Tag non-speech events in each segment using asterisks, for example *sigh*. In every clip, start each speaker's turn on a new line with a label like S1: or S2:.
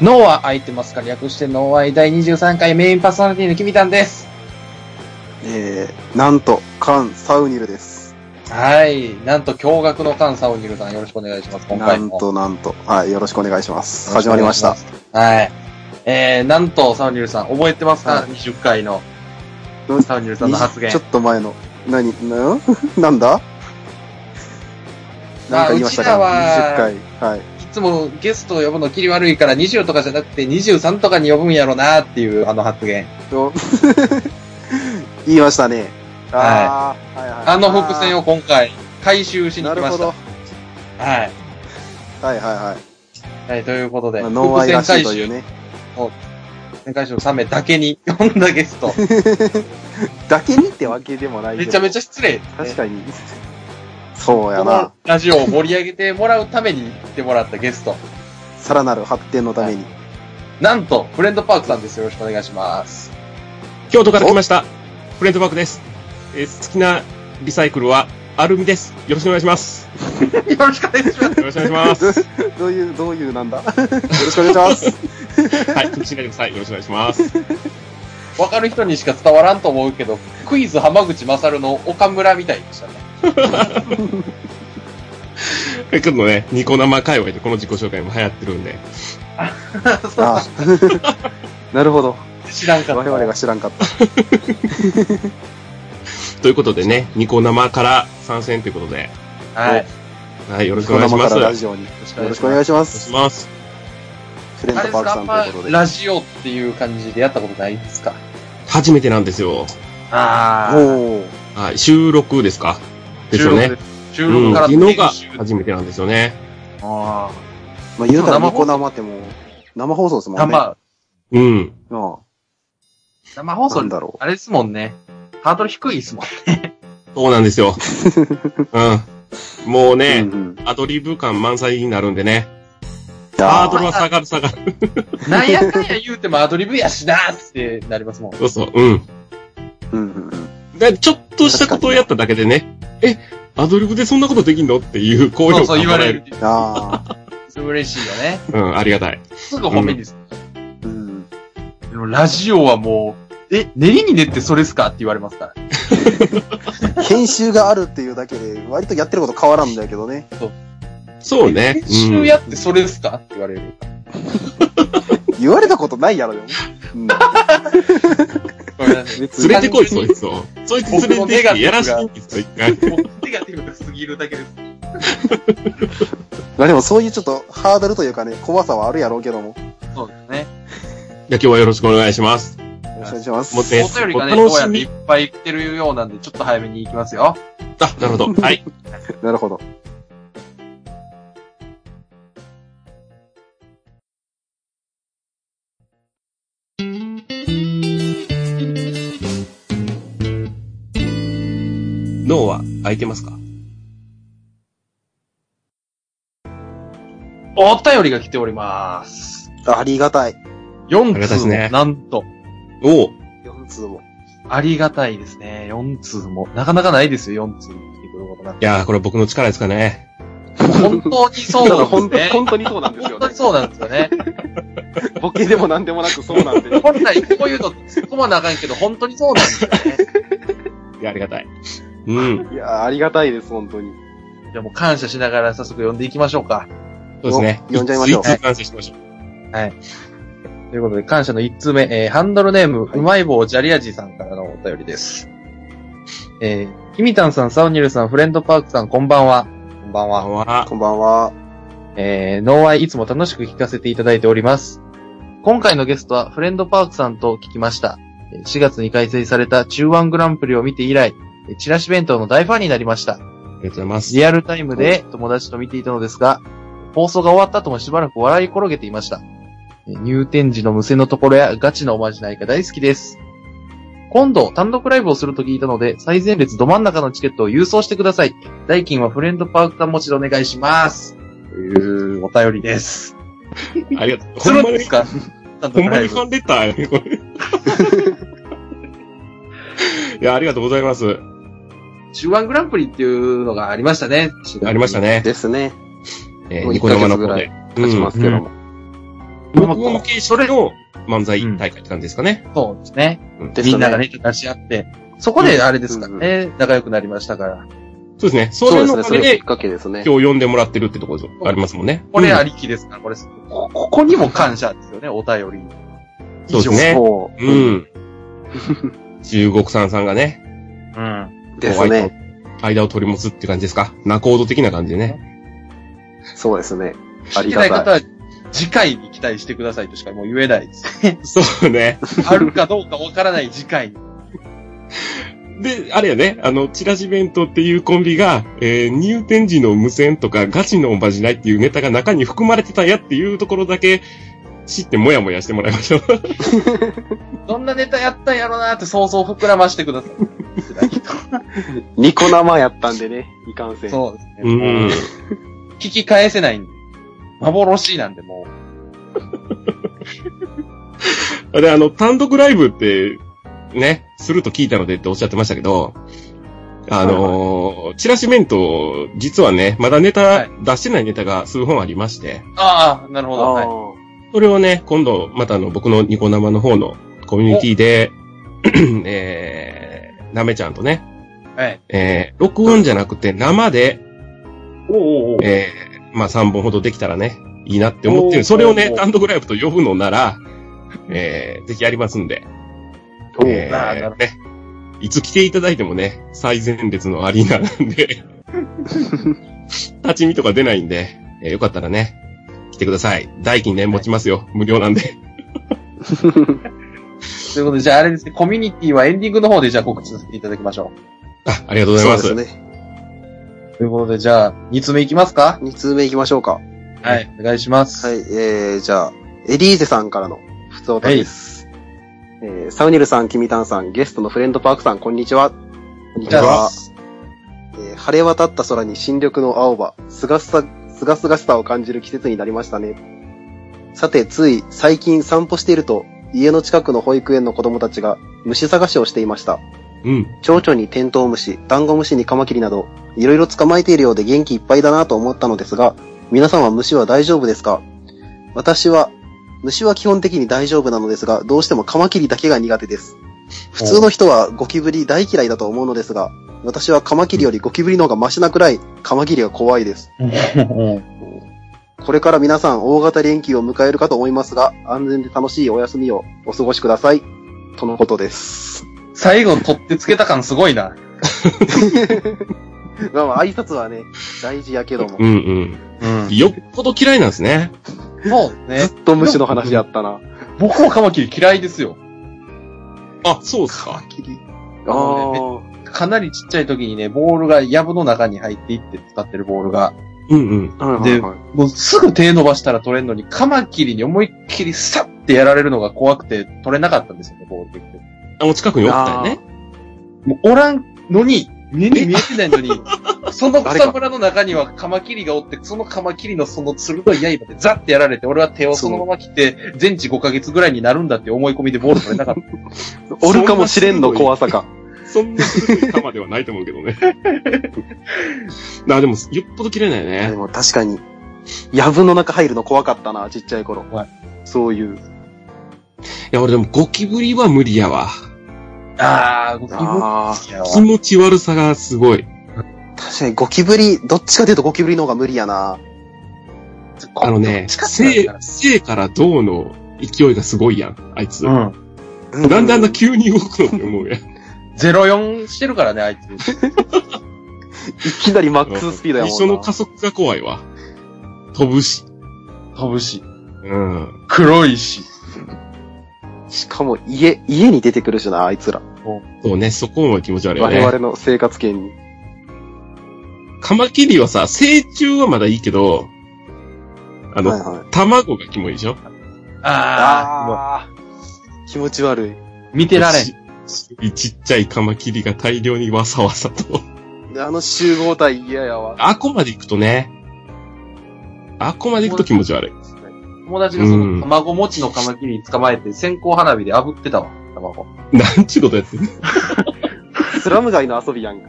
S1: 脳は空いてますか略して脳愛第23回メインパーソナリティのキミタンです。
S2: えー、なんと、カン・サウニルです。
S1: はい。なんと驚愕の菅サオニルさんよろしくお願いします。今
S2: な
S1: 回
S2: ん
S1: も。
S2: となんと。はい、よろしくお願いします。始まりました。。
S1: はい。えー、なんとサオニルさん覚えてますか、
S2: はい
S1: ?20 回の
S2: うん
S1: サオニルさんの発言
S2: ちょ。っと前の、何、なん *laughs* なんだなんか言いましたか
S1: あうちらは
S2: ?20 回。はい。
S1: いつもゲストを呼ぶの切り悪いから20とかじゃなくて23とかに呼ぶんやろなっていうあの発言。
S2: と *laughs* 言いましたね。あーはいはい
S1: あの伏線を今回回収しに
S2: な
S1: 来
S2: る
S1: ま
S2: ほ
S1: した。
S2: ど。
S1: はい。
S2: はいはいはい。
S1: はい、ということで、
S2: まあノーアイらしいというね。
S1: 伏線回収の3名だけに呼んだゲスト。
S2: だけにってわけでもないけ
S1: め
S2: ど。
S1: ちゃめちゃ失礼。
S2: 確かに。そうや
S1: この
S2: な。
S1: ラジオを盛り上げてもらうために来てもらったゲスト。
S2: さらなる発展のために。
S1: なんと、フレンドパークさんです。よろしくお願いします。
S3: 京都から来ました。フレンドパークです。えー好きなリサイクルはアルミです。よろしくお願いします。
S1: よろしくお願いします。
S3: よろしくお願いします。
S2: *laughs* どういう、どういうなんだよろしくお願いします。
S3: *laughs* はい、気にしないでください。よろしくお願いします。
S1: わかる人にしか伝わらんと思うけど、クイズ浜口勝の岡村みたいでしたね。
S3: えちょっとね、ニコ生界隈でこの自己紹介も流行ってるんで。
S2: ああなるほど。
S1: 知らんかった。
S2: 我々が知らんかった。
S3: ということでね、ニコ生から参戦ということで、
S1: はい。
S3: はい、よろしくお
S2: こ
S3: 願い
S2: 生
S3: しま
S2: か
S3: す。
S2: ら
S3: よ
S2: ラ
S3: ろし
S2: ジオに。よ
S1: よ
S2: ろしくお願いしま
S3: くお願いし
S2: す。
S3: ます。
S2: フレンド
S1: あれで
S2: パ
S1: す
S2: ー
S1: かあん
S2: クさん
S1: ま
S2: ということで。
S1: ラジオっていう感じでやったことないですか
S3: 初めてなんですよ。
S1: あ
S2: おー
S3: はい、収録ですかですよね。。
S1: 収
S3: う
S1: 録
S3: ん、
S1: から
S3: 昨日が
S1: 収録
S3: 初めてなんですよね。
S1: あ
S2: まあ言うたら
S1: 生
S2: ニ
S1: 放送
S2: コ生ってもう、生放送です
S1: ー
S2: もんね。
S1: 生、
S3: うん。
S2: あ
S1: 生放
S2: あな
S1: 送
S2: ん、だろ
S1: あれですもんね。ハードル低いですもん。
S3: そうなんですよ。うん。もう
S2: う。
S3: ね、
S2: うんうん
S3: アドリブ感満載になるんでね。ハ
S2: あ
S3: ードルは下がる下がる。
S1: なんやかんや言うてもアドリブやしなーってなりますもん。
S3: そうそう、うん。
S2: ーうんうんうん
S3: で、ちょっとしたことをやっただけでね、え、アドリブでそんなことできんのっていう好
S1: そ
S3: 評
S1: うそう言われる。。
S2: あ
S1: それ嬉しいよね。
S3: うん、ありがたい。
S1: すぐ褒めにする。
S2: ーうん。
S1: でもラジオはもう、え、練りに練ってそれっすかって言われますから。
S2: 編集があるっていうだけで、割とやってること変わらんだけどね。
S3: そうね。
S1: 練習やってそれっすかって言われる。
S2: 言われたことないやろ、でも。うん
S1: これなんで
S2: 別
S3: うん連れてこい、
S1: 単純
S3: そい
S1: に
S3: つを。そいつ連れてきてやらしてみて、そいつが。
S1: 僕が手がすぎるだけです。
S2: まあでもそういうちょっとハードルというかね、怖さはあるやろうけども。よ
S1: そうですね。
S3: じゃあ今日はよろしくお願いします。
S2: ろしくお願いします。
S3: もうね
S1: お便りがね、
S3: お
S1: どうや
S3: 楽
S1: っ
S3: してみ
S1: いっぱい来てるようなんで、ちょっと早めに行きますよ。
S3: あ、なるほど。はい。
S2: なるほど。
S3: 脳は空いてますか
S1: お便りが来ております。
S2: ありがたい。
S1: 4
S3: りがたいで
S1: 通
S3: す
S1: も、
S3: ね
S1: なんと、
S3: おう。
S2: 4通も。
S1: ありがたいですね。4通も。なかなかないですよ、4通も来てくることなんて
S3: いやー、これ僕の力ですかね。
S1: 本当にそうなんです *laughs* ね。
S4: 本当にそうなんですよ
S1: 本当 *laughs*
S4: ね
S1: に。そうなんですよね。
S4: ボケでも何でもなくそうなんで。
S2: *laughs*
S1: 本来、こういうの突っ込まなあかんけど、本当にそうなんですよね。
S3: いや、ありがたい。うん。
S4: いや、ありがたいです、本当に。
S1: じゃあもう感謝しながら早速呼んでいきましょうか。
S3: そうですね。
S2: お呼んじゃいましょう
S3: ついつい完成しましょう。
S1: ということで、感謝の1通目、えー、ハンドルネーム、うまい棒ジャリアジさんからのお便りです。えー、キミタンさん、サウニルさん、フレンドパークさん、こんばんは。こんばん
S3: こんばん。は。
S2: こんばんは。
S1: えー、ノーアイいつも楽しく聞かせていただいております。今回のゲストはフレンドパークさんと聞きました。えー4月に開催された中1グランプリを見て以来、えーチラシ弁当の大ファンになりました。
S3: ありがとうございます。
S1: リアルタイムで友達と見ていたのですが、放送が終わった後もしばらく笑い転げていました。えー入店時の無線のところやガチのおまじないが大好きです。今度、単独ライブをすると聞いたので、最前列ど真ん中のチケットを郵送してください。代金はフレンドパークさん持ちでお願いします。というお便りです。
S3: ありがとう。
S1: す
S3: ほん
S1: るん
S3: ま
S1: で
S3: に
S1: す、か単
S3: ほ
S1: 独
S3: んま
S1: ラ
S3: に
S1: イ
S3: フ
S1: ブ
S3: ァンレタ *laughs* ーやね、これ。いや、ありがとうございます。
S1: 中1グランプリっていうのがありましたね。
S3: ありましたね。
S2: ですね。
S3: えー
S2: もう
S3: ニコ生の方
S2: 1ヶ
S3: で。
S2: 経ちますけども。
S3: 録音形式の漫才大会って感じですかね。
S1: そうですね。
S3: うん
S2: ですね
S1: みんながね、出し合って、そこであれですからね、仲良くなりましたから。
S3: そうですね。そ
S2: そう
S3: れ
S2: です
S3: のお
S2: ね、
S3: か
S2: そ
S3: げ
S2: れが
S3: で
S2: きっ、かけですね。
S3: 今日呼んでもらってるってところですありますもんね。
S1: これ
S3: うん
S1: ありきですから、これ、こここにも感謝ですよね、お便りに。
S3: そうですね。
S2: そうう。
S3: ん。中国さんさんがね、
S1: うん。
S2: ですね。
S3: 間を取り持つって感じですか。仲人的な感じでね。
S2: そうですね。あ
S1: 聞
S2: り
S1: けな
S2: が
S1: い方
S2: たい。
S1: は、次回に期待してくださいとしかもう言えない *laughs* です。
S3: そうね。
S1: あるかどうかわからない次回に。
S3: で、あれやね、あの、チラシ弁当っていうコンビが、えー、入店時の無線とかガチのおまじないっていうネタが中に含まれてたんやっていうところだけ知ってもやもやしてもらいましょう。
S1: どんなネタやったんやろなーって想像を膨らましてください。
S4: ニコ生やったんでね、いかんせん。
S1: *laughs* そうですね。
S3: うん。
S1: 聞き返せないんで。幻なんで、もう。
S3: *laughs* で、あの、単独ライブって、ね、すると聞いたのでっておっしゃってましたけど、あのーチラシ弁当、実はね、まだネタ、
S1: はい
S3: 出してないネタが数本ありまして、
S1: ああ、なるほど。
S2: あ
S1: はい。
S2: ー
S3: それをね、今度、またあの、僕のニコ生の方のコミュニティで、 *clears throat* えー、なめちゃんとね、
S1: はい。
S3: えー、録音じゃなくて生で、
S1: おおお
S3: えー、まあ3本ほどできたらね、いいなって思って
S1: おー
S3: る。それを
S1: おー
S3: ね
S1: お、ー
S3: 単独ライブと呼ぶのなら、えー、ぜひやりますんで。えー
S1: あーなるほど
S3: ね。いつ来ていただいてもね、最前列のアリーナなんで、立ち見とか出ないんで、えーよかったらね、来てください。代金ね、持ちますよ。無料なんで。
S1: ということで、じゃああれですね、コミュニティはエンディングの方でじゃあ告知させていただきましょ
S3: あ、ありがとうございます。
S2: そうですね。
S1: う。ということで、じゃあ、2つ目いきますか
S2: 二通目行きましょうか。は
S1: はい。お願いします。
S2: い、えー、じゃあ、エリーゼさんからの普通お便りです。えー、サウニルさん、キミタンさん、ゲストのフレンドパークさん、こんにちは。こんに
S1: じゃあ、
S2: えー晴れ渡った空に新緑の青葉、すがすさ、すがすがしさを感じる季節になりましたね。さて、つい最近散歩していると、家の近くの保育園の子供たちが虫探しをしていました。
S3: うん。
S2: 蝶々にテントウムシ、ダンゴムシにカマキリなど、いろいろ捕まえているようで元気いっぱいだなと思ったのですが、皆さんは虫は大丈夫ですか私は、虫は基本的に大丈夫なのですが、どうしてもカマキリだけが苦手です。普通の人はゴキブリ大嫌いだと思うのですが、私はカマキリよりゴキブリの方がマシなくらい、カマキリが怖いです。これから皆さん大型連休を迎えるかと思いますが、安全で楽しいお休みをお過ごしください。とのことです。
S1: 最後、取ってつけた感すごいな。
S2: まあまあ、挨拶はね、大事やけども
S3: う。ん
S1: うん
S3: うん。。よっぽど嫌いなんですね。
S1: そうで
S2: ずっ
S1: すね。
S2: と虫の話やったな。
S1: 僕もカマキリ嫌いですよ。
S3: あ、そうですか。
S2: キリ。
S1: あーかなりちっちゃい時にね、ボールがヤブの中に入っていって使ってるボールが、
S3: うんうん。
S2: あ。は
S1: でもうすぐ手伸ばしたら取れるのに、カマキリに思いっきりサッってやられるのが怖くて取れなかったんですよね、ボールって。
S3: あ、もう近くにおったよね。
S1: もうおらんのに、目に見えてないのに、 *laughs* その草むらの中にはカマキリがおって、そのカマキリのその鋭い刃でザッてやられて、俺は手をそのまま切って、全治5ヶ月ぐらいになるんだって思い込みでボール取れなかった。
S2: おるかもしれんの怖さか。
S3: そんな鋭い玉ではないと思うけどね。 *laughs* な、でも、よっぽど嫌いだよ
S2: で
S3: ね。
S2: も確かに、ヤブの中入るの怖かったな、ちっちゃい頃
S1: はい。
S2: そういう。
S3: いや、俺でもゴキブリは無理やわ。
S1: あー、ゴキブ
S2: あ
S1: リやわ
S3: 気持ち悪さがすごい。
S2: あ、確かにゴキブリ、どっちかというとゴキブリの方が無理やな。
S3: あのね、
S1: 近くなる
S3: 生
S1: か、ら
S3: 生から銅の勢いがすごいやん、あいつ。
S1: うん。
S3: なんであんな急に動くのって思う
S2: *laughs*
S3: やん。
S1: 04してるからね、あいつ。
S2: いきなりマックススピードやもんな。
S3: 一緒の加速が怖いわ。飛ぶし。
S1: 飛ぶし、
S3: うん。
S1: 黒いし。
S2: しかも家、家に出てくるしな、あいつら。
S3: そうね、そこも気持ち悪いよ
S2: 我
S3: ね。
S2: 々の生活圏に。
S3: カマキリはさ、成虫はまだいいけど、あの、
S2: はいはい。
S3: 卵がキモいでしょ
S1: あ
S2: 気持ち悪い。
S1: あ、見てられん。
S3: ちちっちゃいカマキリが大量にわさわさと。
S2: であの集合体嫌やわ。
S3: *laughs* あこまで行くとね、あこまで行くと気持ち悪い。
S1: 友達がその卵持ちのカマキリ捕まえて線香花火で炙ってたわ、卵。
S3: なんちゅうことやってんの
S2: スラム街の遊びやんか。
S3: *laughs*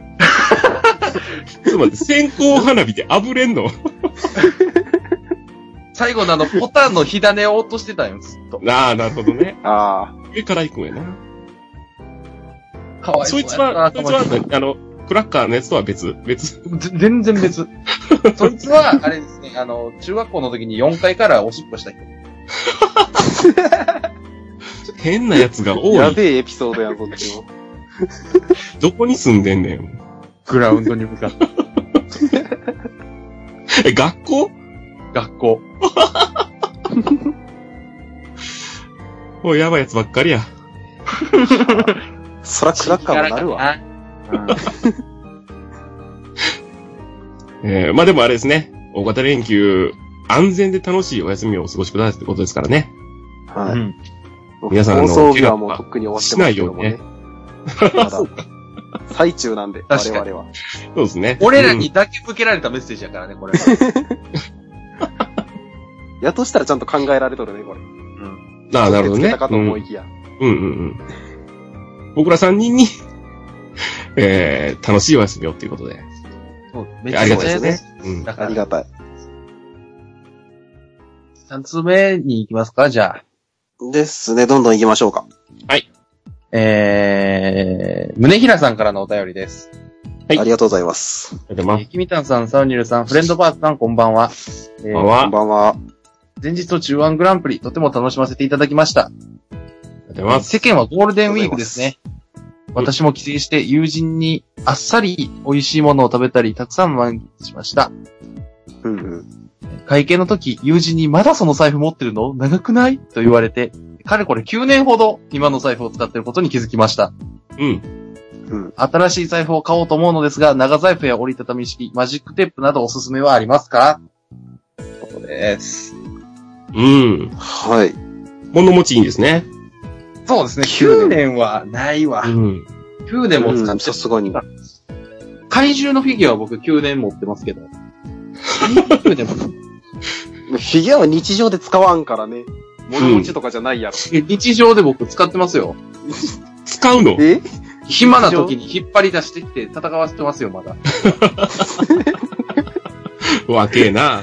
S3: ちょっと待って、線香花火で炙れんの
S1: 最後のあの、ポタンの火種を落としてたんよ、ずっと。
S3: ああ、なるほどね。
S2: ああ。
S3: 上から行くんやな。
S1: かわい
S3: そ
S1: そう
S3: いつ
S1: やな
S3: は、そいつは、あの、クラッカーのやつとは別別 *laughs*
S1: ぜ全然 *laughs* 別。そいつは、あれですね、あの、中学校の時に4階からおしっこした人。
S3: 変なやつが多
S4: や
S3: い。
S4: べえエピソードやん、こっちも。
S3: どこに住んでんねん。
S1: グラウンドに向かって。
S3: え、学校
S1: 学校。
S3: もうやばいやつばっかりや。
S2: そらクラッカーもなるわ。
S1: わ。
S3: えー、まあでもあれですね。大型連休、安全で楽しいお休みをお過ごしくださいってことですからね。
S1: う
S2: はい。
S1: ん。
S3: 皆さんあの
S2: 放送日はもうとっくに終わってますけどもね。まだ
S3: そ、
S2: 最中なんで、
S1: *laughs*
S2: 我
S1: 確かに
S2: 々は。
S3: そうですね。
S1: 俺ら
S3: うん
S1: に抱き受けられたメッセージやからね、これ。
S2: やっとしたらちゃんと考えられとるね、これ。
S3: ああ、なるほど
S2: つけ
S3: ね
S2: た。かと
S3: うん
S2: 思いきや。
S3: うんうんうん。僕ら3人に、 *laughs* えー、楽しいお休みをっていうことで。
S1: そうめ
S3: ありがたい
S1: で
S3: ですす
S1: ね
S3: ね。うん。
S1: だか
S2: あり
S1: ら、
S2: がたい。
S1: 3つ目に行きますか、じゃあ。
S2: ですね、どんどん行きましょうか。
S1: えー、胸平さんからのお便りです。
S3: はい
S2: ありがとうございます。
S3: ありがとうございま
S1: えーキミタンさん、サウニルさん、フレンドバーツさん、こんばんは。えー
S3: こんばん
S2: こん
S3: は。
S2: ばんは。
S1: 前日の中1グランプリ、とても楽しませていただきました。
S3: ありがとうございます。
S1: 世間はゴールデンウィークですね。
S3: りがとうございま
S1: 私も帰省して友人にあっさり美味しいものを食べたり、たくさん満喫しました。
S2: うんうん。
S1: 会計の時、友人にまだその財布持ってるの長くないと言われて、かれこれ9年ほど今の財布を使ってることに気づきました。
S3: うん。
S2: うん。
S1: 新しい財布を買おうと思うのですが、長財布や折りたたみ式、マジックテープなどおすすめはありますかということです。
S3: うん。
S2: はい。
S3: 物持ちいいんですね。
S1: そうですね、9
S2: 9
S1: 年はないわ
S3: う。ん。
S1: 9年も使
S2: う
S1: っ
S2: ん
S1: て
S2: さすがに。
S1: 怪獣のフィギュアは僕9年持ってますけど。9年 *laughs* も。
S2: フィギュアは日常で使わんからね。物持ちとかじゃないやろ。
S1: 日常で僕使ってますよ。
S3: 使うの
S2: え
S1: 暇な時に引っ張り出してきて戦わせてますよ、まだ。
S3: わけえな。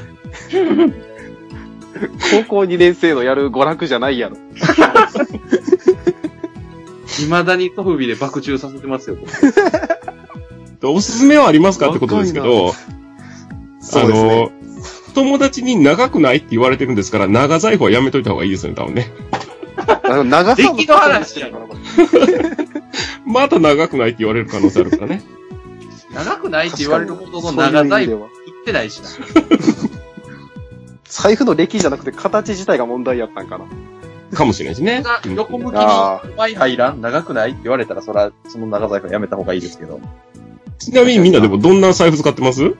S2: 高校2年生のやる娯楽じゃないやろ。
S1: 未だにソフビで爆中させてますよ、僕
S3: おすすめはありますかってことですけど、あ
S2: そうですね。
S3: の、友達に長くないって言われてるんですから、長財布はやめといた方がいいですよね、多分ね。
S2: あの長さも
S1: 出来の話や
S2: これ
S3: また長くないって言われる可能性あるか
S2: *laughs*
S3: らね。
S1: 長くないって言われるほどの長
S2: そういう
S1: 財
S2: 意味で
S1: 布売
S2: は
S1: ってないしな。
S2: 財布の歴じゃなくて形自体が問題やったんかな。
S3: かもしれないしね
S1: そ。んな横向きに、
S2: あー
S1: ワイ入らん長くないって言われたら、そら、その長財布はやめた方がいいですけど。
S3: ちなみにみんなでもどんな財布使ってます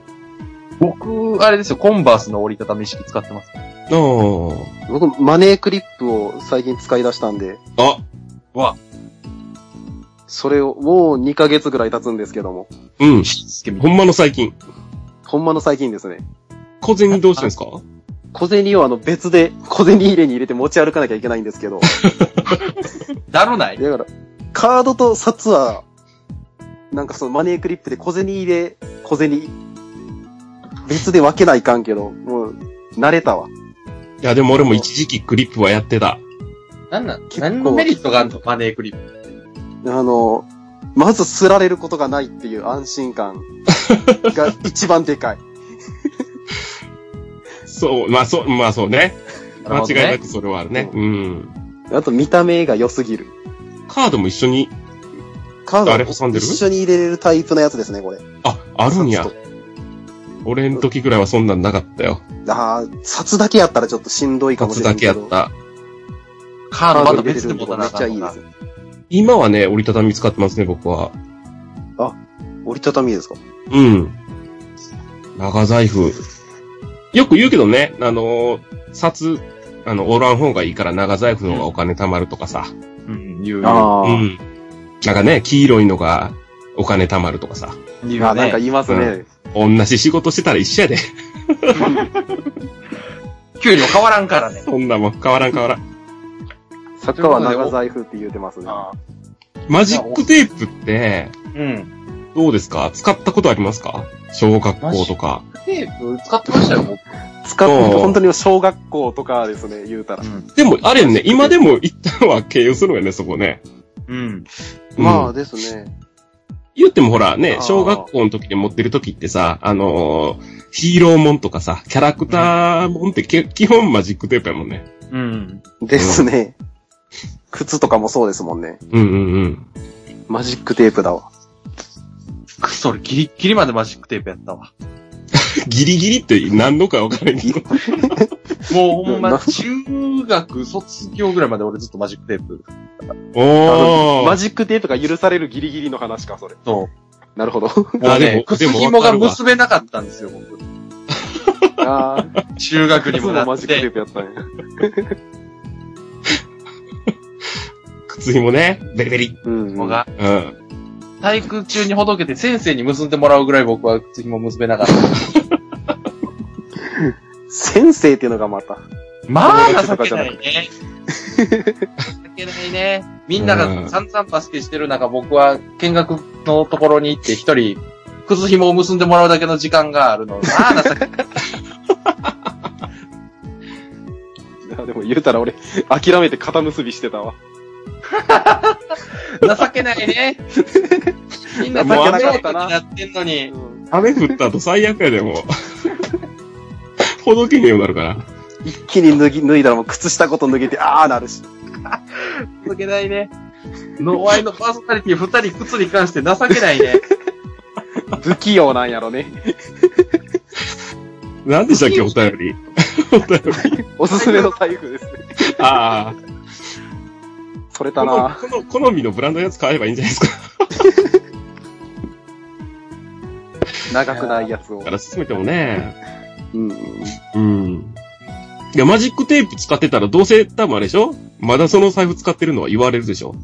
S1: 僕、あれですよ、コンバースの折りたたみ式使ってます。
S3: ああ。
S2: 僕、マネークリップを最近使い出したんで、
S3: あ、
S2: それをもう2ヶ月ぐらい経つんですけども、
S3: うん。
S1: ほ
S3: ほんまの最近。
S2: ほんまの最近ですね。
S3: 小銭どうしてんですか
S2: 小銭をあの別で小銭入れに入れて持ち歩かなきゃいけないんですけど、
S1: だろない
S2: だから、カードと札は、なんかそのマネークリップで小銭入れ、小銭、別で分けないかんけど、もう、慣れたわ。
S3: いや、でも俺も一時期クリップはやってた。
S1: なんなん
S2: 結構
S1: 何のメリットがあるのマネークリップ。
S2: あの、まずすられることがないっていう安心感が一番でかい。
S3: そう、まあそう、まあそうね。間違いな
S1: く。
S3: くそれはあるね。
S2: う
S3: うん。
S2: あと見た目が良すぎる。
S3: カードも一緒に、
S2: カ
S3: あれ
S2: ード
S3: 挟んでる
S2: 一緒に入れれるタイプのやつですね、これ。
S3: あ、あるんや
S2: 札。と
S3: 俺の時ぐらいはそんなんなかったよ。
S2: ああ、札だけやったらちょっとしんどいかもし
S3: 札
S2: れな
S3: だ
S2: い
S3: け
S2: け
S3: や
S2: ど。
S3: った。
S1: カードま
S2: カー
S1: た
S2: ド入
S1: 別
S2: れれ
S1: で
S2: る
S1: 持
S2: のが
S1: た
S2: め
S1: な
S2: っ
S1: あ
S2: ちゃ
S1: かん
S2: いい
S1: もん
S2: で
S1: な
S2: す。
S3: 今はね、折りたたみ使ってますね、僕は。
S2: 折りたたみですか
S3: うん。長財布。よく言うけどね、あのー札、あの、おらん方がいいから長財布の方がお金貯まるとかさ。
S1: うん、言う。
S2: あ
S3: う
S2: ー
S3: ん。なんかね、黄色いのがお金貯まるとかさ。
S1: 言
S2: あ、
S1: う
S2: なんか
S1: ね。
S2: 言いますね。
S3: 同じ仕事してたら一緒やで。 *laughs*
S1: 給料変わらんからね。
S3: そんなもん変わらん変わらん。
S2: サッカーは長財布って言うてますね。
S3: マジックテープって、
S1: うん。
S3: どうですか使ったことありますか小学校とか。
S1: テープ使ってましたよ、僕。
S2: 使ってると本当に小学校とかですね、言うたら。
S3: でも、あれね、今でも一旦は経由するよね、そこね。
S1: うん。
S3: うん
S2: まあですね。
S3: 言ってもほらね
S2: あ、ー
S3: 小学校の時で持ってる時ってさ、あのーヒーローもんとかさ、キャラクターもんってけ基本マジックテープやもんね。
S1: うん。
S2: *laughs* ですね。靴とかもそうですもんね。
S3: うんうんうん。
S2: マジックテープだわ。
S1: くそ、俺ギリッギリまでマジックテープやったわ。
S3: ギリギリって何度か分からん
S2: *laughs*
S3: けど。
S1: もうほんま、
S2: な
S1: 中学卒業ぐらいまで俺ずっとマジックテープ。
S3: お
S4: マ
S3: ー。
S4: ジックテープが許されるギリギリの話か、それ。
S1: そ
S4: なるほど。
S1: う。
S3: あで
S1: ね
S3: も、
S1: 靴
S3: でも
S1: 紐
S3: わか
S1: が
S3: るわ
S1: 結べなかったんですよ、僕。
S4: ああ、
S1: 中学に
S4: いつ
S1: も
S4: も
S1: な
S4: マ
S1: っ
S4: ジックテー
S1: て。
S4: プやったんや。
S3: 靴紐ね。ベリベリ。
S2: うん。
S1: 紐が
S3: うん。
S1: 体育中にほどけて先生に結んでもらうぐらい僕は靴紐結べなかった。
S2: 先生っていうのがまた。
S1: まあ、
S2: 友達
S1: 情
S2: とか
S1: け
S2: じゃ
S1: な
S2: ないく
S1: ね。情けないね。みんな
S3: う
S1: が
S3: ん
S1: 散々バスケしてる中、僕は見学のところに行って一人、靴紐を結んでもらうだけの時間があるの。まあ、情けない。
S4: あでも言うたら俺、諦めて肩結びしてたわ。
S1: 情けないね。みんな
S3: もうあれ
S1: 情けなになってんのに。
S3: 雨降った後最悪やで、もう。 *laughs* ほどけへんようになるから。
S2: 一気に脱ぎ、脱いだらもう靴下ごと脱げて、ああなるし。
S1: 情けないね。のおいのパーソナリティ二人靴に関して情けないね。
S4: 不器用なんやろね。
S3: なんでしたっけ、お便り。 *laughs*
S4: おすすめの財布ですね。
S3: ああ。
S4: それた
S3: この、
S4: な。
S3: この、好みのブランドのやつ買えばいいんじゃないですか。
S4: 長くないやつを
S3: だか。ら進めてもね。
S4: うん。
S3: うん。いや、マジックテープ使ってたらどうせ多分あれでしょまだその財布使ってるのは言われるでしょ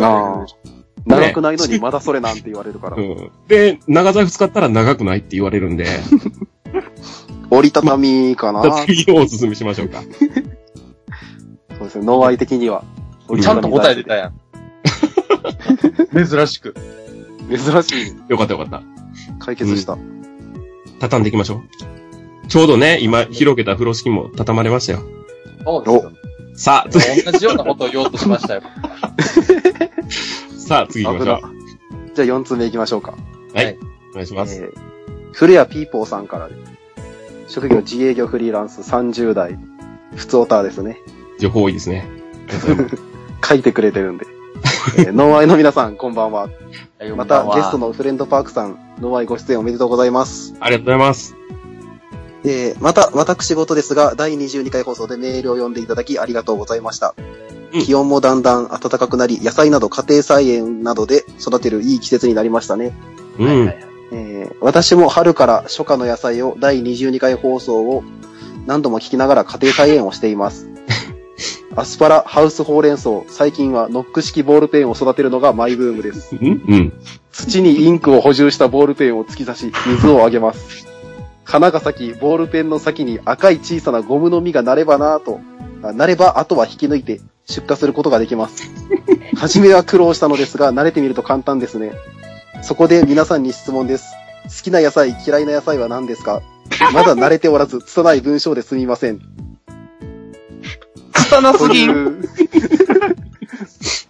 S2: ああ。
S4: 長くないのにまだそれなんて言われるから
S3: う。ん。で、長財布使ったら長くないって言われるんで、
S2: 折りたたみかな。そ
S3: 次をお勧めしましょうか。
S2: うですね、脳愛的には。
S1: ちゃんと答えてたやん。珍しく。
S4: 珍しい。
S3: よかったよかった。
S2: 解決した。
S3: 畳んでいきましょう。ちょうどね、今、広げた風呂敷も畳まれましたよ。
S1: そうですよ。
S3: さあ、つ
S1: 同じようなことを言おうとしましたよ。
S3: さあ、次行きましょう。
S2: 危じゃあ4つ目行きましょうか。
S3: お願いし
S2: え
S3: ます。
S2: ー、古谷ピーポーさんからです。職業自営業フリーランス30代。普通オタですね。
S3: 情報多いですね。
S2: 書いてくれてるん
S3: *laughs*
S2: で。えー、ノーアイの皆さん、こんばんは。また、ゲスト
S1: の。
S2: のフレンドパークさん、ノーアイご出演おめでとうございます。
S3: ありがとうございます。
S2: えー、また、私事ですが、第22回放送でメールを読んでいただきありがとうございました。
S3: うん
S2: 気温もだんだん暖かくなり、野菜など家庭菜園などで育てるいい季節になりましたね。
S3: うん。
S1: はいはいはい
S2: えー私も春から初夏の野菜を第22回放送を何度も聞きながら家庭菜園をしています。アスパラ、ハウスほうれん草、最近はノック式ボールペンを育てるのがマイブームです。
S3: うんうん。
S2: 土にインクを補充したボールペンを突き刺し、水をあげます。花が咲き、ボールペンの先に赤い小さなゴムの実がなればなぁと、あなればあとは引き抜いて出荷することができます。初めは苦労したのですが、慣れてみると簡単ですね。そこで皆さんに質問です。好きな野菜、嫌いな野菜は何ですかまだ慣れておらず、拙い文章ですみません。
S1: 拙すぎん。
S2: *laughs* ん。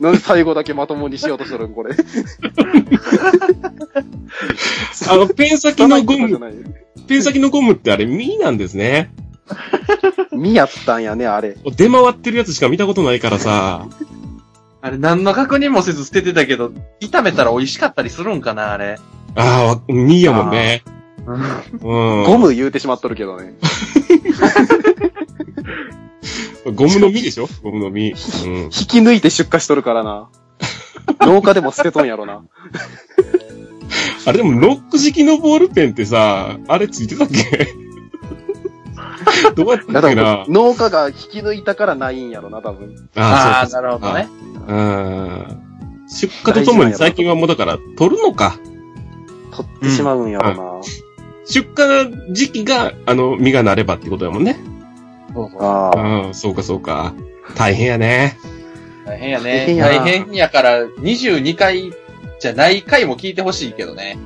S4: なんで最後だけまともにしようとしとるん、こ
S1: *laughs*
S4: れ。
S3: あの、ペン先のゴム、
S4: ないよ。
S3: ペン先のゴムってあれ、ミーなんですね。
S2: 見やったんやね、あれ。
S3: 出回ってるやつしか見たことないからさ。
S1: あれ、何の確認もせず捨ててたけど、炒めたら美味しかったりするんかな、あれ。
S3: ああ、わミーやもんね。うん。
S4: ゴム言うてしまっとるけどね。
S3: ゴムの実でしょゴムの実。うん
S4: 引。き抜いて出荷しとるから
S2: *laughs*
S4: な。
S2: 廊下でも捨てとんやろな。
S3: あれでも、ロック式のボールペンってさ、あれついてたっけどうやった
S2: だ
S3: っ
S2: か
S3: け
S2: ら
S3: な
S2: 農家が引き抜いたからないんやろな、多分。
S1: あ
S3: あ
S1: あ、なるほどね。
S3: あ、そううん。出荷とともに最近はもうだから、取るのか。
S2: 取ってしまうんやろな。
S3: 出荷時期が、あの、実がなればってことだもんね。
S1: そうそう
S2: ああ。
S3: うん、そうかそうか。大変やね。
S1: 大変やね。
S2: 大変や
S1: 大
S2: な
S1: 変やから、22回じゃない回も聞いてほしいけどね。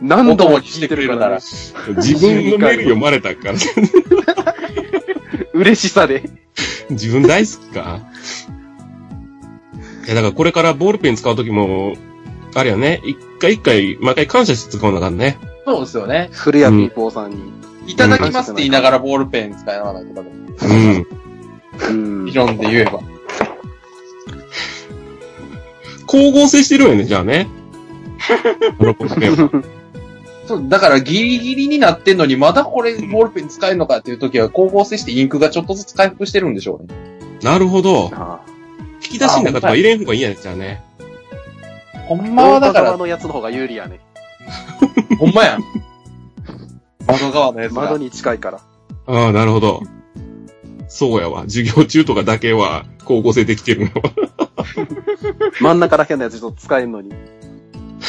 S4: 何度も聞いてるからね、
S3: 自分のメール読まれた *laughs* から、
S4: 嬉しさで。
S3: 自分大好きか。いや、だからこれからボールペン使うときも、あれよね、一回一回、毎回感謝して使うのがね。
S1: そうですよね。
S2: 古谷ピーポーさんに。
S1: いただきますって言いながらボールペン使いながらとかでも、
S3: うん。
S2: うん
S1: 理論で言えば。
S3: 光合成してるよね、じゃあ *laughs* ね。ボールペンは
S1: そう、だからギリギリになってんのに、まだこれボールペン使えるのかっていう時は、光合成してインクがちょっとずつ回復してるんでしょうね。
S3: なるほど。
S2: *laughs* あ
S3: 引き出しの中とか入れん方がいいやつじゃあね。
S1: ほん
S2: あ
S1: まはだか
S2: 側 *laughs*
S1: ら、
S2: のやつの方が有利やね。
S1: ほんまやん。窓側のやつが
S2: 窓。に近いから。
S3: ああ、なるほど。そうやわ。授業中とかだけは、光合成できてるのは。
S2: 真ん中らへんのやつちょっと使えんのに。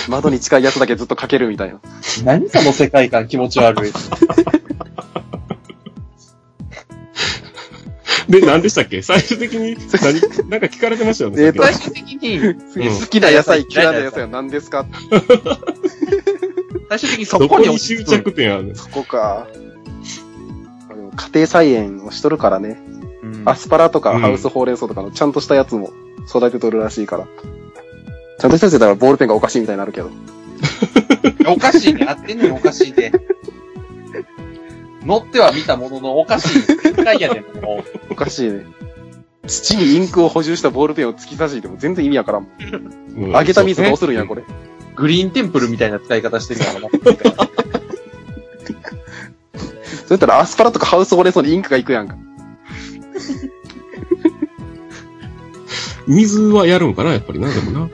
S2: 窓に近いやつだけずっとかけるみたいな。
S1: 何その世界観気持ち悪い。
S3: で、何でしたっけ *laughs* 最終的に何、なんか聞かれてましたよね。
S2: えーと
S1: 最終的に、
S3: うん
S2: 好きな野菜、嫌いな野菜は何ですか
S1: 最終的にそ
S3: ど
S1: こ
S3: こ
S1: に
S3: に
S1: 落ち
S3: 執
S1: 着く。
S3: 着点あるの
S2: そこか。あでも家庭菜園をしとるからね。
S1: うん
S2: アスパラと
S3: う
S2: か
S3: ん
S2: ハウスほうれん草とかのちゃんとしたやつも育てとるらしいから。ちゃんとしたやつだったらボールペンがおかしいみたいになるけど。
S1: おかしいね。合ってんのにおかしいね。乗っては見たもののおかしい。世界やねん、もう。
S2: おかしいね。土にインクを補充したボールペンを突き刺しても全然意味わからんもん。
S3: うん
S2: あげた水どうするんや、これ。
S1: グリーンテンプルみたいな使い方してるからな。
S2: それったらアスパラとかハウスほうれん草にインクがいくやんか。
S3: 水はやるんかなやっぱりな、でもな。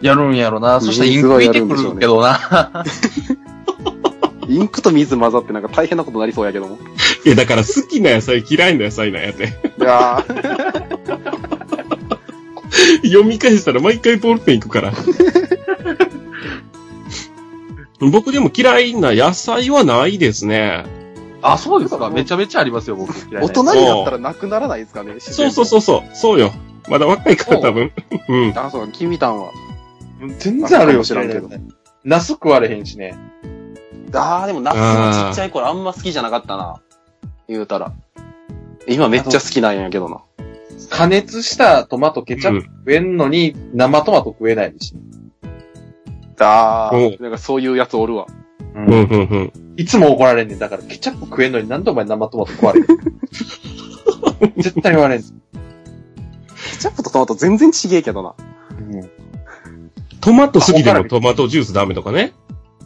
S1: やるんやろな。そしてインク見てくるけどな。
S2: インクと水混ざってなんか大変なことになりそうやけども。
S3: いや、だから好きな野菜、嫌いな野菜なんやって。
S2: いやー、
S3: *laughs* 読み返したら毎回ボールペン行
S2: *laughs*
S3: くから。僕でも嫌いな野菜はないですね。
S1: *laughs* あ、そうですか。めちゃめちゃありますよ、僕。嫌いな
S2: 大
S1: やつ
S2: 人になったらなくならないですかね。自然
S3: そう
S2: と
S3: そうそうそう。そうよ。まだ若いから多分。うん。
S2: あ、そう、君たんは。
S1: 全
S2: 然あるよ知らんけど。
S1: ナス食われへんしね。
S2: あー、でも夏
S3: あー
S2: もちっちゃい頃あんま好きじゃなかったな。言うたら。今めっちゃ好きなんやけどな。
S1: 加熱したトマトケチャップ食えんのに、生トマト食えないし。
S2: あ
S3: ー
S2: なんかそういうやつおるわ。
S3: うん、うん、うん。
S1: いつも怒られんねん。だから、ケチャップ食えんのになんでお前生トマト食われへん *laughs* 絶対言われん。
S2: ケチャップとトマト全然ちげえけどな。
S3: トマト好きでもトマトジュースダメとかね。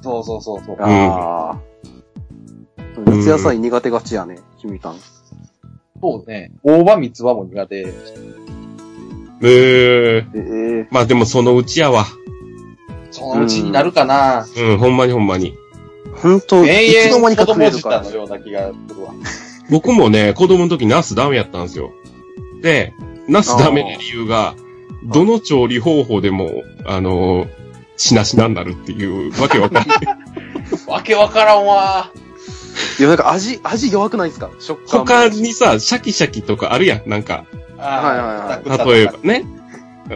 S1: そうそうそうそう。
S2: あー。夏野菜苦手がちやね、君たん。
S1: そうね。大葉三つ葉も苦手。
S3: ええ
S2: ええ
S3: まあでもそのうちやわ。
S1: そのうちになるかな。
S3: うん、ほんまにほんまに。
S2: ー。ほんと、い
S1: 永
S2: つの間
S1: 遠
S2: にか
S1: 子
S2: 食え
S1: 供
S2: る
S1: 舌
S2: から
S1: の。ような気がするわ。
S3: 僕もね、子供の時ナスダメやったんですよ。で、ナスダメな理由が、どの調理方法でも、あのー、しなしなになるっていうわけわかんない。
S1: わけわからんわ。
S2: いや、なんか味、味弱くないですか食感も。
S3: 他にさ、シャキシャキとかあるやん、なんか。
S1: あー
S3: 例えば。ね。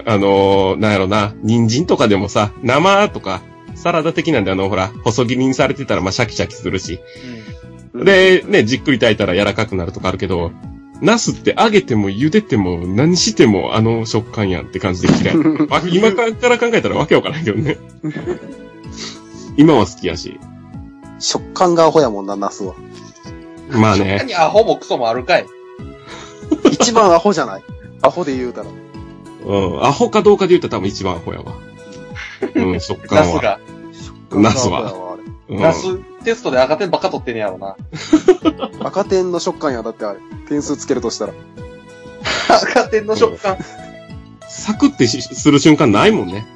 S3: あのー、なんやろな、人参とかでもさ、生とか、サラダ的なんであの、ほら、細切りにされてたら、まあ、シャキシャキするし。
S2: うん
S3: で、ね、じっくり炊いたら柔らかくなるとかあるけど、ナスって揚げても茹でても何してもあの食感やんって感じで
S1: *laughs*
S3: 嫌い。わ今から考えたらわけわからんけどね。 *laughs* 今は好きやし。
S2: 食感がアホやもんな、ナスは。
S3: まあ
S1: うん。
S3: ね。
S1: 何アホもクソもあるかい。
S2: 一番アホじゃないアホで言うたら。
S3: うん。アホかどうかで言ったら多分一番アホやわ。
S1: *laughs*
S3: うん、食
S1: ナ
S3: 感
S1: ス
S3: は。
S1: が。
S3: ナスは
S2: アホやわあれ
S3: うん
S1: ナステストで赤点ばっか取ってんねやろな。
S2: 赤点の食感や、だってあれ。点数つけるとしたら。
S1: 赤点の食感。
S3: サクってしする瞬間ないもんね。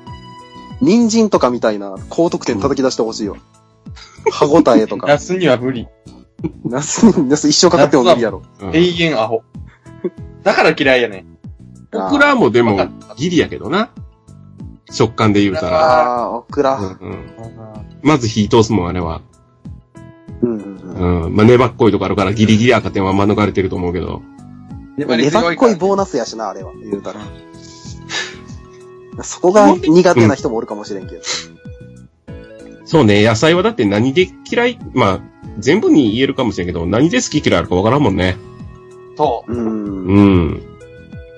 S2: 人参とかみたいな高得点叩き出してほしいわ。歯応えと
S1: ナ
S2: か。
S1: スには無理。
S2: ナス、ナス一生かかっても無理やろ。
S3: うん
S1: 永遠アホ。だから嫌いやねん。
S3: オクラもでも
S1: わかった
S3: ギリやけどな。食感で言うたら。
S2: あー、オクラ。
S3: うんうんまず火通すもん、あれは。
S2: うんうんうん
S3: うん。まあ、粘っこいとこあるからギリギリ赤点は免れてると思うけど。
S1: やっ
S2: 粘っこい
S1: から
S2: ボーナスやしな、あれは。言うたら。そこが苦手な人もおるかもしれんけど。
S3: そうね、野菜はだって何で嫌い、まあ、全部に言えるかもしれんけど、何で好き嫌いあるかわからんもんね。
S1: そう
S2: ーん。
S3: うん。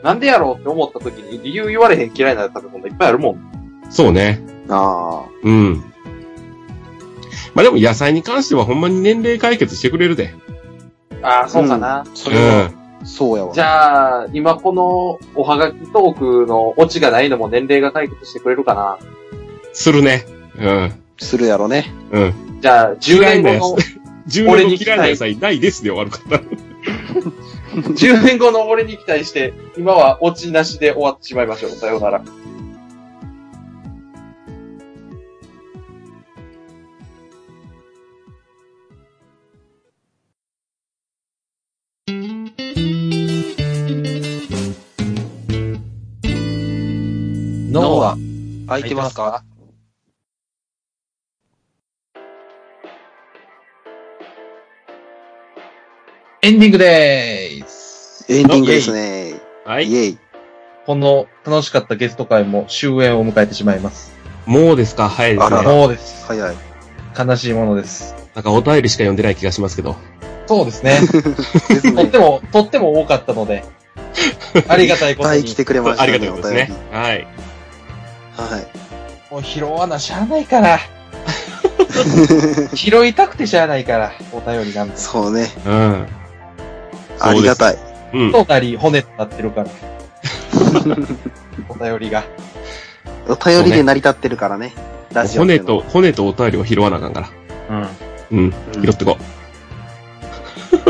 S1: なんでやろうって思った時に理由言われへん嫌いな食べ物いっぱいあるもん。
S3: そうね。
S2: あ
S3: うん。まあでも野菜に関してはほんまに年齢解決してくれるで。
S1: ああ、そうかな。
S4: それは、
S3: う
S2: あ、そうやわ。
S1: じゃあ、今このおはがきトークのオチがないのも年齢が解決してくれるかな。
S3: ん。するね。うん。
S2: するやろね。
S3: うん。
S1: じゃあ、10年後の、
S3: 10
S1: 俺
S3: 年
S1: に
S3: 後嫌いな野菜ないですで終わるから。
S1: *laughs* 10年後の俺に期待して、今はオチなしで終わってしまいましょう。さようなら。
S2: 脳は、あ、いてますか
S1: エンディングでーす。
S2: エンディングですね。
S3: は
S2: イ
S3: い。
S2: ェイ。
S1: この楽しかったゲスト会も終焉を迎えてしまいます。
S3: もうですか早いです
S2: あら
S3: ね。
S1: そうです。
S2: 早い。
S1: 悲しいものです。
S3: なんかお便りしか読んでない気がしますけど。
S1: そうですね。
S2: です
S1: とっ
S2: ね
S1: て。も、とっても多かったの *laughs* で、ありがたい
S2: いっ
S1: こと
S2: ぱ
S1: に
S2: い来。てくれまし
S3: あ
S2: た
S3: りがとうございます
S2: お
S3: ね
S2: 便り。
S3: はい。
S2: はい。
S1: もう拾わなしゃあないから。拾いたくてしゃあないから、お便りなんて。
S2: *laughs* そうね。
S3: うん。
S2: ありがたい。
S3: うん。
S1: となり骨になってるから。お便りが。
S2: お便りで成り立ってるからね。ラジオってい
S3: 骨
S2: うの
S3: と、骨とお便りを拾わなあかんから。
S1: う
S3: う
S2: う
S3: ん。
S2: ん
S3: 拾ってこ
S1: ん。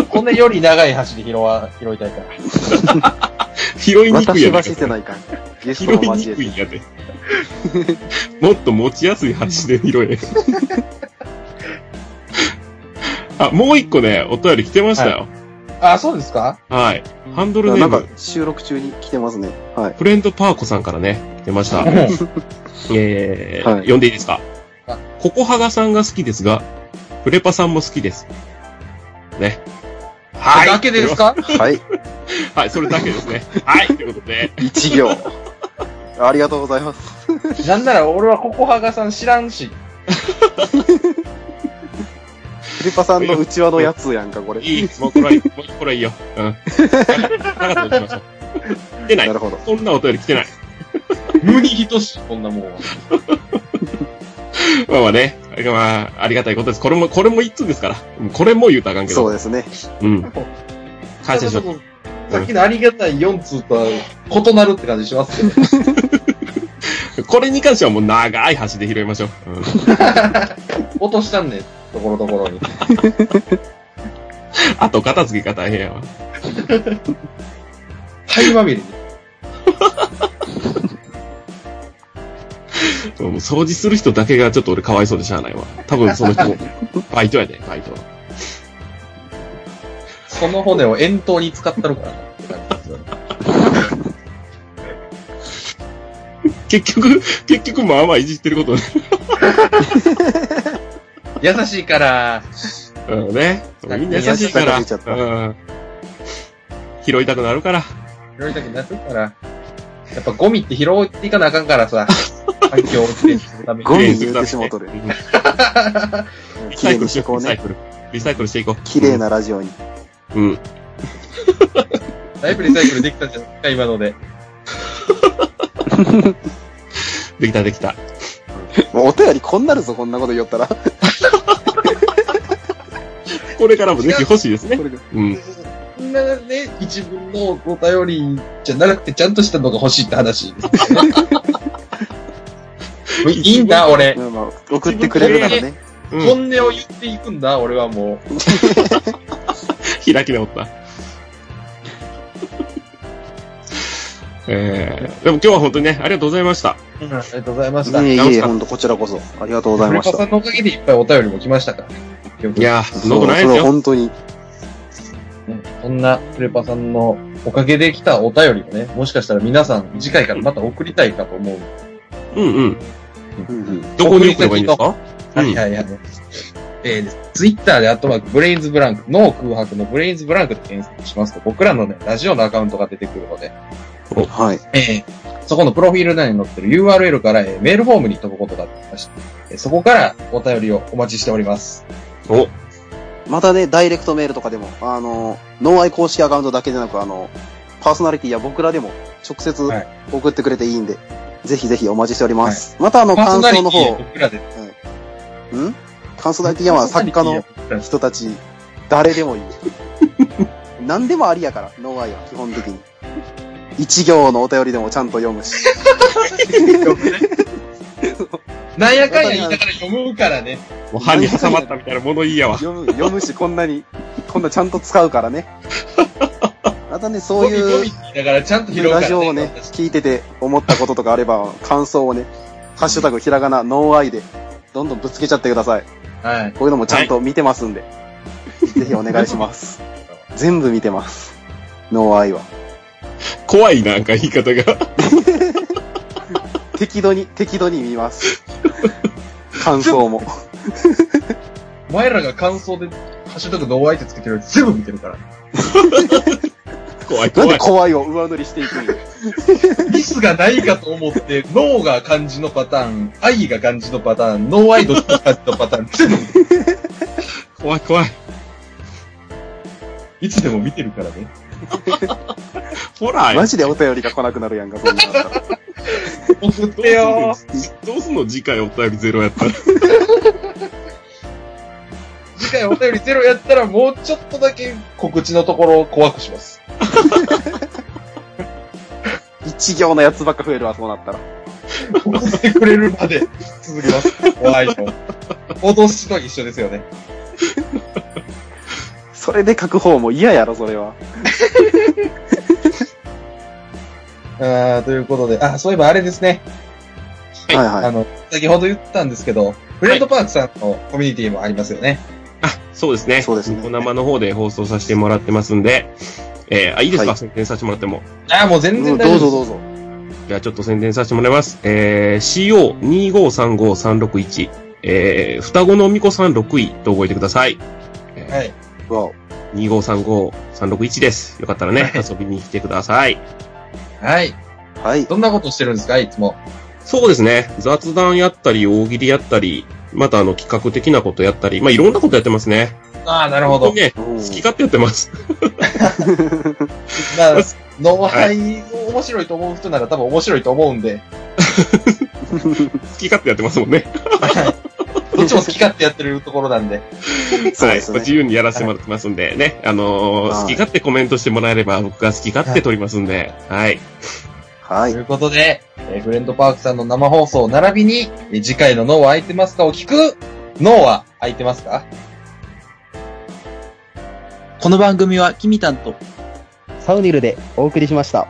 S1: 骨より長い箸で拾わ、拾いたいから。
S3: う。拾いにく
S2: 私
S3: いや
S2: は
S3: で。
S2: してないかん。ゲス
S3: 拾
S2: ト
S3: い
S2: も交
S3: に
S2: え
S3: く
S2: て。
S3: い
S2: *laughs*
S3: やで。もっと持ちやすい話で拾え。あ、もう一個ね、お便り来てましたよ。
S1: あ、そうですか
S3: はい。ハンドルネ
S2: な
S3: ー
S2: んか
S3: ム、、
S2: 収録中に来てますね。はい。
S3: フレンドパーコさんからね、出ました。えー
S2: はい
S3: 読んでいいですか
S1: あ
S3: ココハガさんが好きですが、フレパさんも好きです。ね。はい。
S1: だけですか
S2: はい。
S3: はい、それだけですね。はい、ということで。
S2: 一行。ありがとうございます。
S1: なんなら俺はココハガさん知らんし。
S2: フリパさんの内輪のやつやんか、これ。
S3: いい、もうこれはいい、もうこれはいいよ。うん。なかったとしましょう。来てな
S2: ないる。ほど。
S3: そんなお便り来てない。
S1: 無に等しい、こんなもんは。
S3: まあまあね、まあ、ありがたいことです。これも、これも一通ですから。うんこれも言うたらあかんけど。
S2: そう
S3: う
S2: ですね。
S3: ん。感謝します。
S1: さっきのありがたい4通とは異なるって感じします *laughs* けど。
S3: これに関してはもう長い橋で拾いましょう。うん
S1: 落としたんね、ところどころに。
S3: あと、片付けが大変やわ。
S1: 灰まみれに。
S3: うんもう掃除する人だけがちょっと俺かわいそうでしゃあないわ。多分その
S2: *laughs*
S3: 人も、バイトやで、バイト。
S1: その骨を遠投に使ったのかなって感じですよね。
S3: 結局、結局まあまあいじってることね。
S1: 優しいから、
S3: うんね。みんな優しいから。
S2: 優しさが
S3: うん。拾いたくなるから。
S1: 拾いたくなるから。やっぱゴミって拾っていかなあかんからさ。環境をきれいにするために。
S2: ゴミ言うてしもうとる
S3: うんリ
S2: 綺
S3: サ
S2: 麗
S3: イ
S2: に
S3: クル
S2: し
S3: し
S2: い
S3: ててい
S2: こう
S3: こう、リサイ
S2: ね。
S3: クル。リサイクルしていこう。
S2: 綺麗なラジオに。
S3: うん。
S1: だいぶリサイクルできたんじゃないですか、今ので。
S3: できたできた。
S2: もうお便りこんなるぞ、こんなこと言おったら。こ
S3: これからもぜひ欲しいですね。
S2: れで
S3: うん。
S1: そんなね、一文のお便りじゃなくて、ちゃんとしたのが欲しいって話ですよね。いいんだ、俺。
S2: まあまあ送ってくれるならね。
S3: うん。
S1: 本音を言っていくんだ、俺はも
S3: 開き直った。 *laughs* えー、でも今日は本当にね、ありがとうございました。
S1: う。ありがとうございました。
S2: いえい
S3: 直し
S2: え、
S3: た
S2: ほんと、こちらこそ。ありがとうございま
S1: 古
S2: し
S1: 川さん
S2: た。
S1: のおかげでいっぱいお便りも来ましたからね。
S3: いやー、そんなことない
S2: そうそ
S3: です
S2: れ
S3: よ。
S2: 本当に。
S1: ねそんなクレパさんのおかげで来たお便りもね、もしかしたら皆さん次回からまた送りたいかと思う。
S3: うんうん。
S2: うんうん。
S3: どこに送ればいいんですか
S1: はいはいはい。えー、ツイッターでアットマークブレインズブランク、脳空白のブレインズブランクで検索しますと、僕らのね、ラジオのアカウントが出てくるので、
S2: はい。
S1: えーそこのプロフィール欄に載ってる URL から、えーメールフォームに飛ぶことができました。えーそこからお便りをお待ちしております。
S3: お、
S2: またね、ダイレクトメールとかでも、あの、ノンアイ公式アカウントだけでなく、あの、パーソナリティや僕らでも直接
S1: はい
S2: 送ってくれていいんで、ぜひぜひお待ちしております。またあの、
S1: パーソ
S2: 感
S1: ナリ
S2: 想
S1: テ
S2: の
S1: ィ
S2: 方、
S1: 僕らで。
S2: んパーソナリティは
S1: *laughs*
S2: 作家の人たち、誰でもいい。 *laughs* 何でもありやから、ノンアイは基本的に。一行のお便りでもちゃんと読むし。
S1: なんやかんや言いながら読むからね。
S3: もう歯に挟まったみたいな物言いやわ。
S2: 読む、読むし、こんなに、こんなちゃんと使うからね。またね、そ
S1: ゴ
S2: うい
S1: ミ
S2: う
S1: ゴミって言いながらちゃんと拾うから
S2: ラジオをね、聞いてて思ったこととかあれば、感想をね、ハッシュタグひらがな、ノンアイで、どんどんぶつけちゃってください。
S1: はい。
S2: こういうのもちゃんと見てますんで、ぜひお願いします。全部見てます。ノーアイは。
S3: *laughs* 怖いなんか言い方が。
S2: 適度に、適度に見ます。感想も。
S1: お前らが感想で、ハッシュタグノーアイってつけてるより全部見てるから。
S3: 怖い
S2: なん
S3: 怖
S2: で
S3: い。
S2: 怖いを上塗りしていくんよ
S1: ミスがないかと思って、 *laughs* ノーが漢字のパターン、愛が漢字のパターン、ノーアイドって漢字のパターン、全部、
S3: 怖い怖い。
S1: いつでも見てるからね。
S3: ホラーや
S2: マ。ジでお便りが来なくなるやんか、そんなんだったら
S1: 送っ
S3: どうす
S1: てよ
S3: んのどうすんの次回お便りゼロやったら。
S1: 次回お便りゼロやったら、もうちょっとだけ告知のところを怖くします。
S2: 一行のやつばっか増えるわ、そうなったら。
S1: 送ってくれるまで続けます。怖いの。脅しと一緒ですよね。
S2: それで書く方も嫌やろ、それは。
S1: あー、ということで、あ、そういえばあれですね。
S2: はいは
S1: あ
S2: い。
S1: の、先ほど言ったんですけど、フレンドパークさんのコミュニティもありますよね。
S3: あ、そうですね。
S2: そうですね
S3: ニコ生の方で放送させてもらってますんで、えーあ、いいですか、
S2: はい
S3: 宣伝させてもらっても。
S1: あー、もう全
S2: う
S1: 然
S2: ん
S1: 大
S2: ど
S1: 丈夫
S2: う
S1: です
S2: ぞどうぞ。
S3: じゃあちょっと宣伝させてもらいます。えー、CO2535361、えー、双子のみこさん6位と覚えてください。えー
S1: はい。
S2: うわお
S3: 2535361です。よかったらね、遊びに来てください。
S1: はい。
S2: はい。
S1: どんなことしてるんですかいつも。
S3: そうですね。雑談やったり、大喜利やったり、またあの企画的なことやったり、まあいろんなことやってますね。
S1: ああ、なるほ
S3: 本当
S1: *laughs* ど
S3: に。ね、
S2: 好
S3: 好き勝手やってます。
S1: まあ、ノーハイを面白いと思う人なら多分面白いと思うん
S2: *laughs*
S1: で、
S3: 好き勝手やってますもんね。
S1: どっちも好き勝手やってるところなんで。
S2: *laughs* そう
S3: は
S2: で
S3: い。
S2: す
S3: ま
S2: ね。
S3: あ自由にやらせてもらってますんでね。あのー
S2: はい
S3: 好き勝手コメントしてもらえれば、僕が好き勝手撮りますんで。はい。
S2: は
S1: と
S2: い
S1: い。うことで、えーフレンドパークさんの生放送並びに、えー次回の脳は空いてますかを聞く、脳は空いてますか
S5: この番組はキミタンと
S6: サウニルでお送りしました。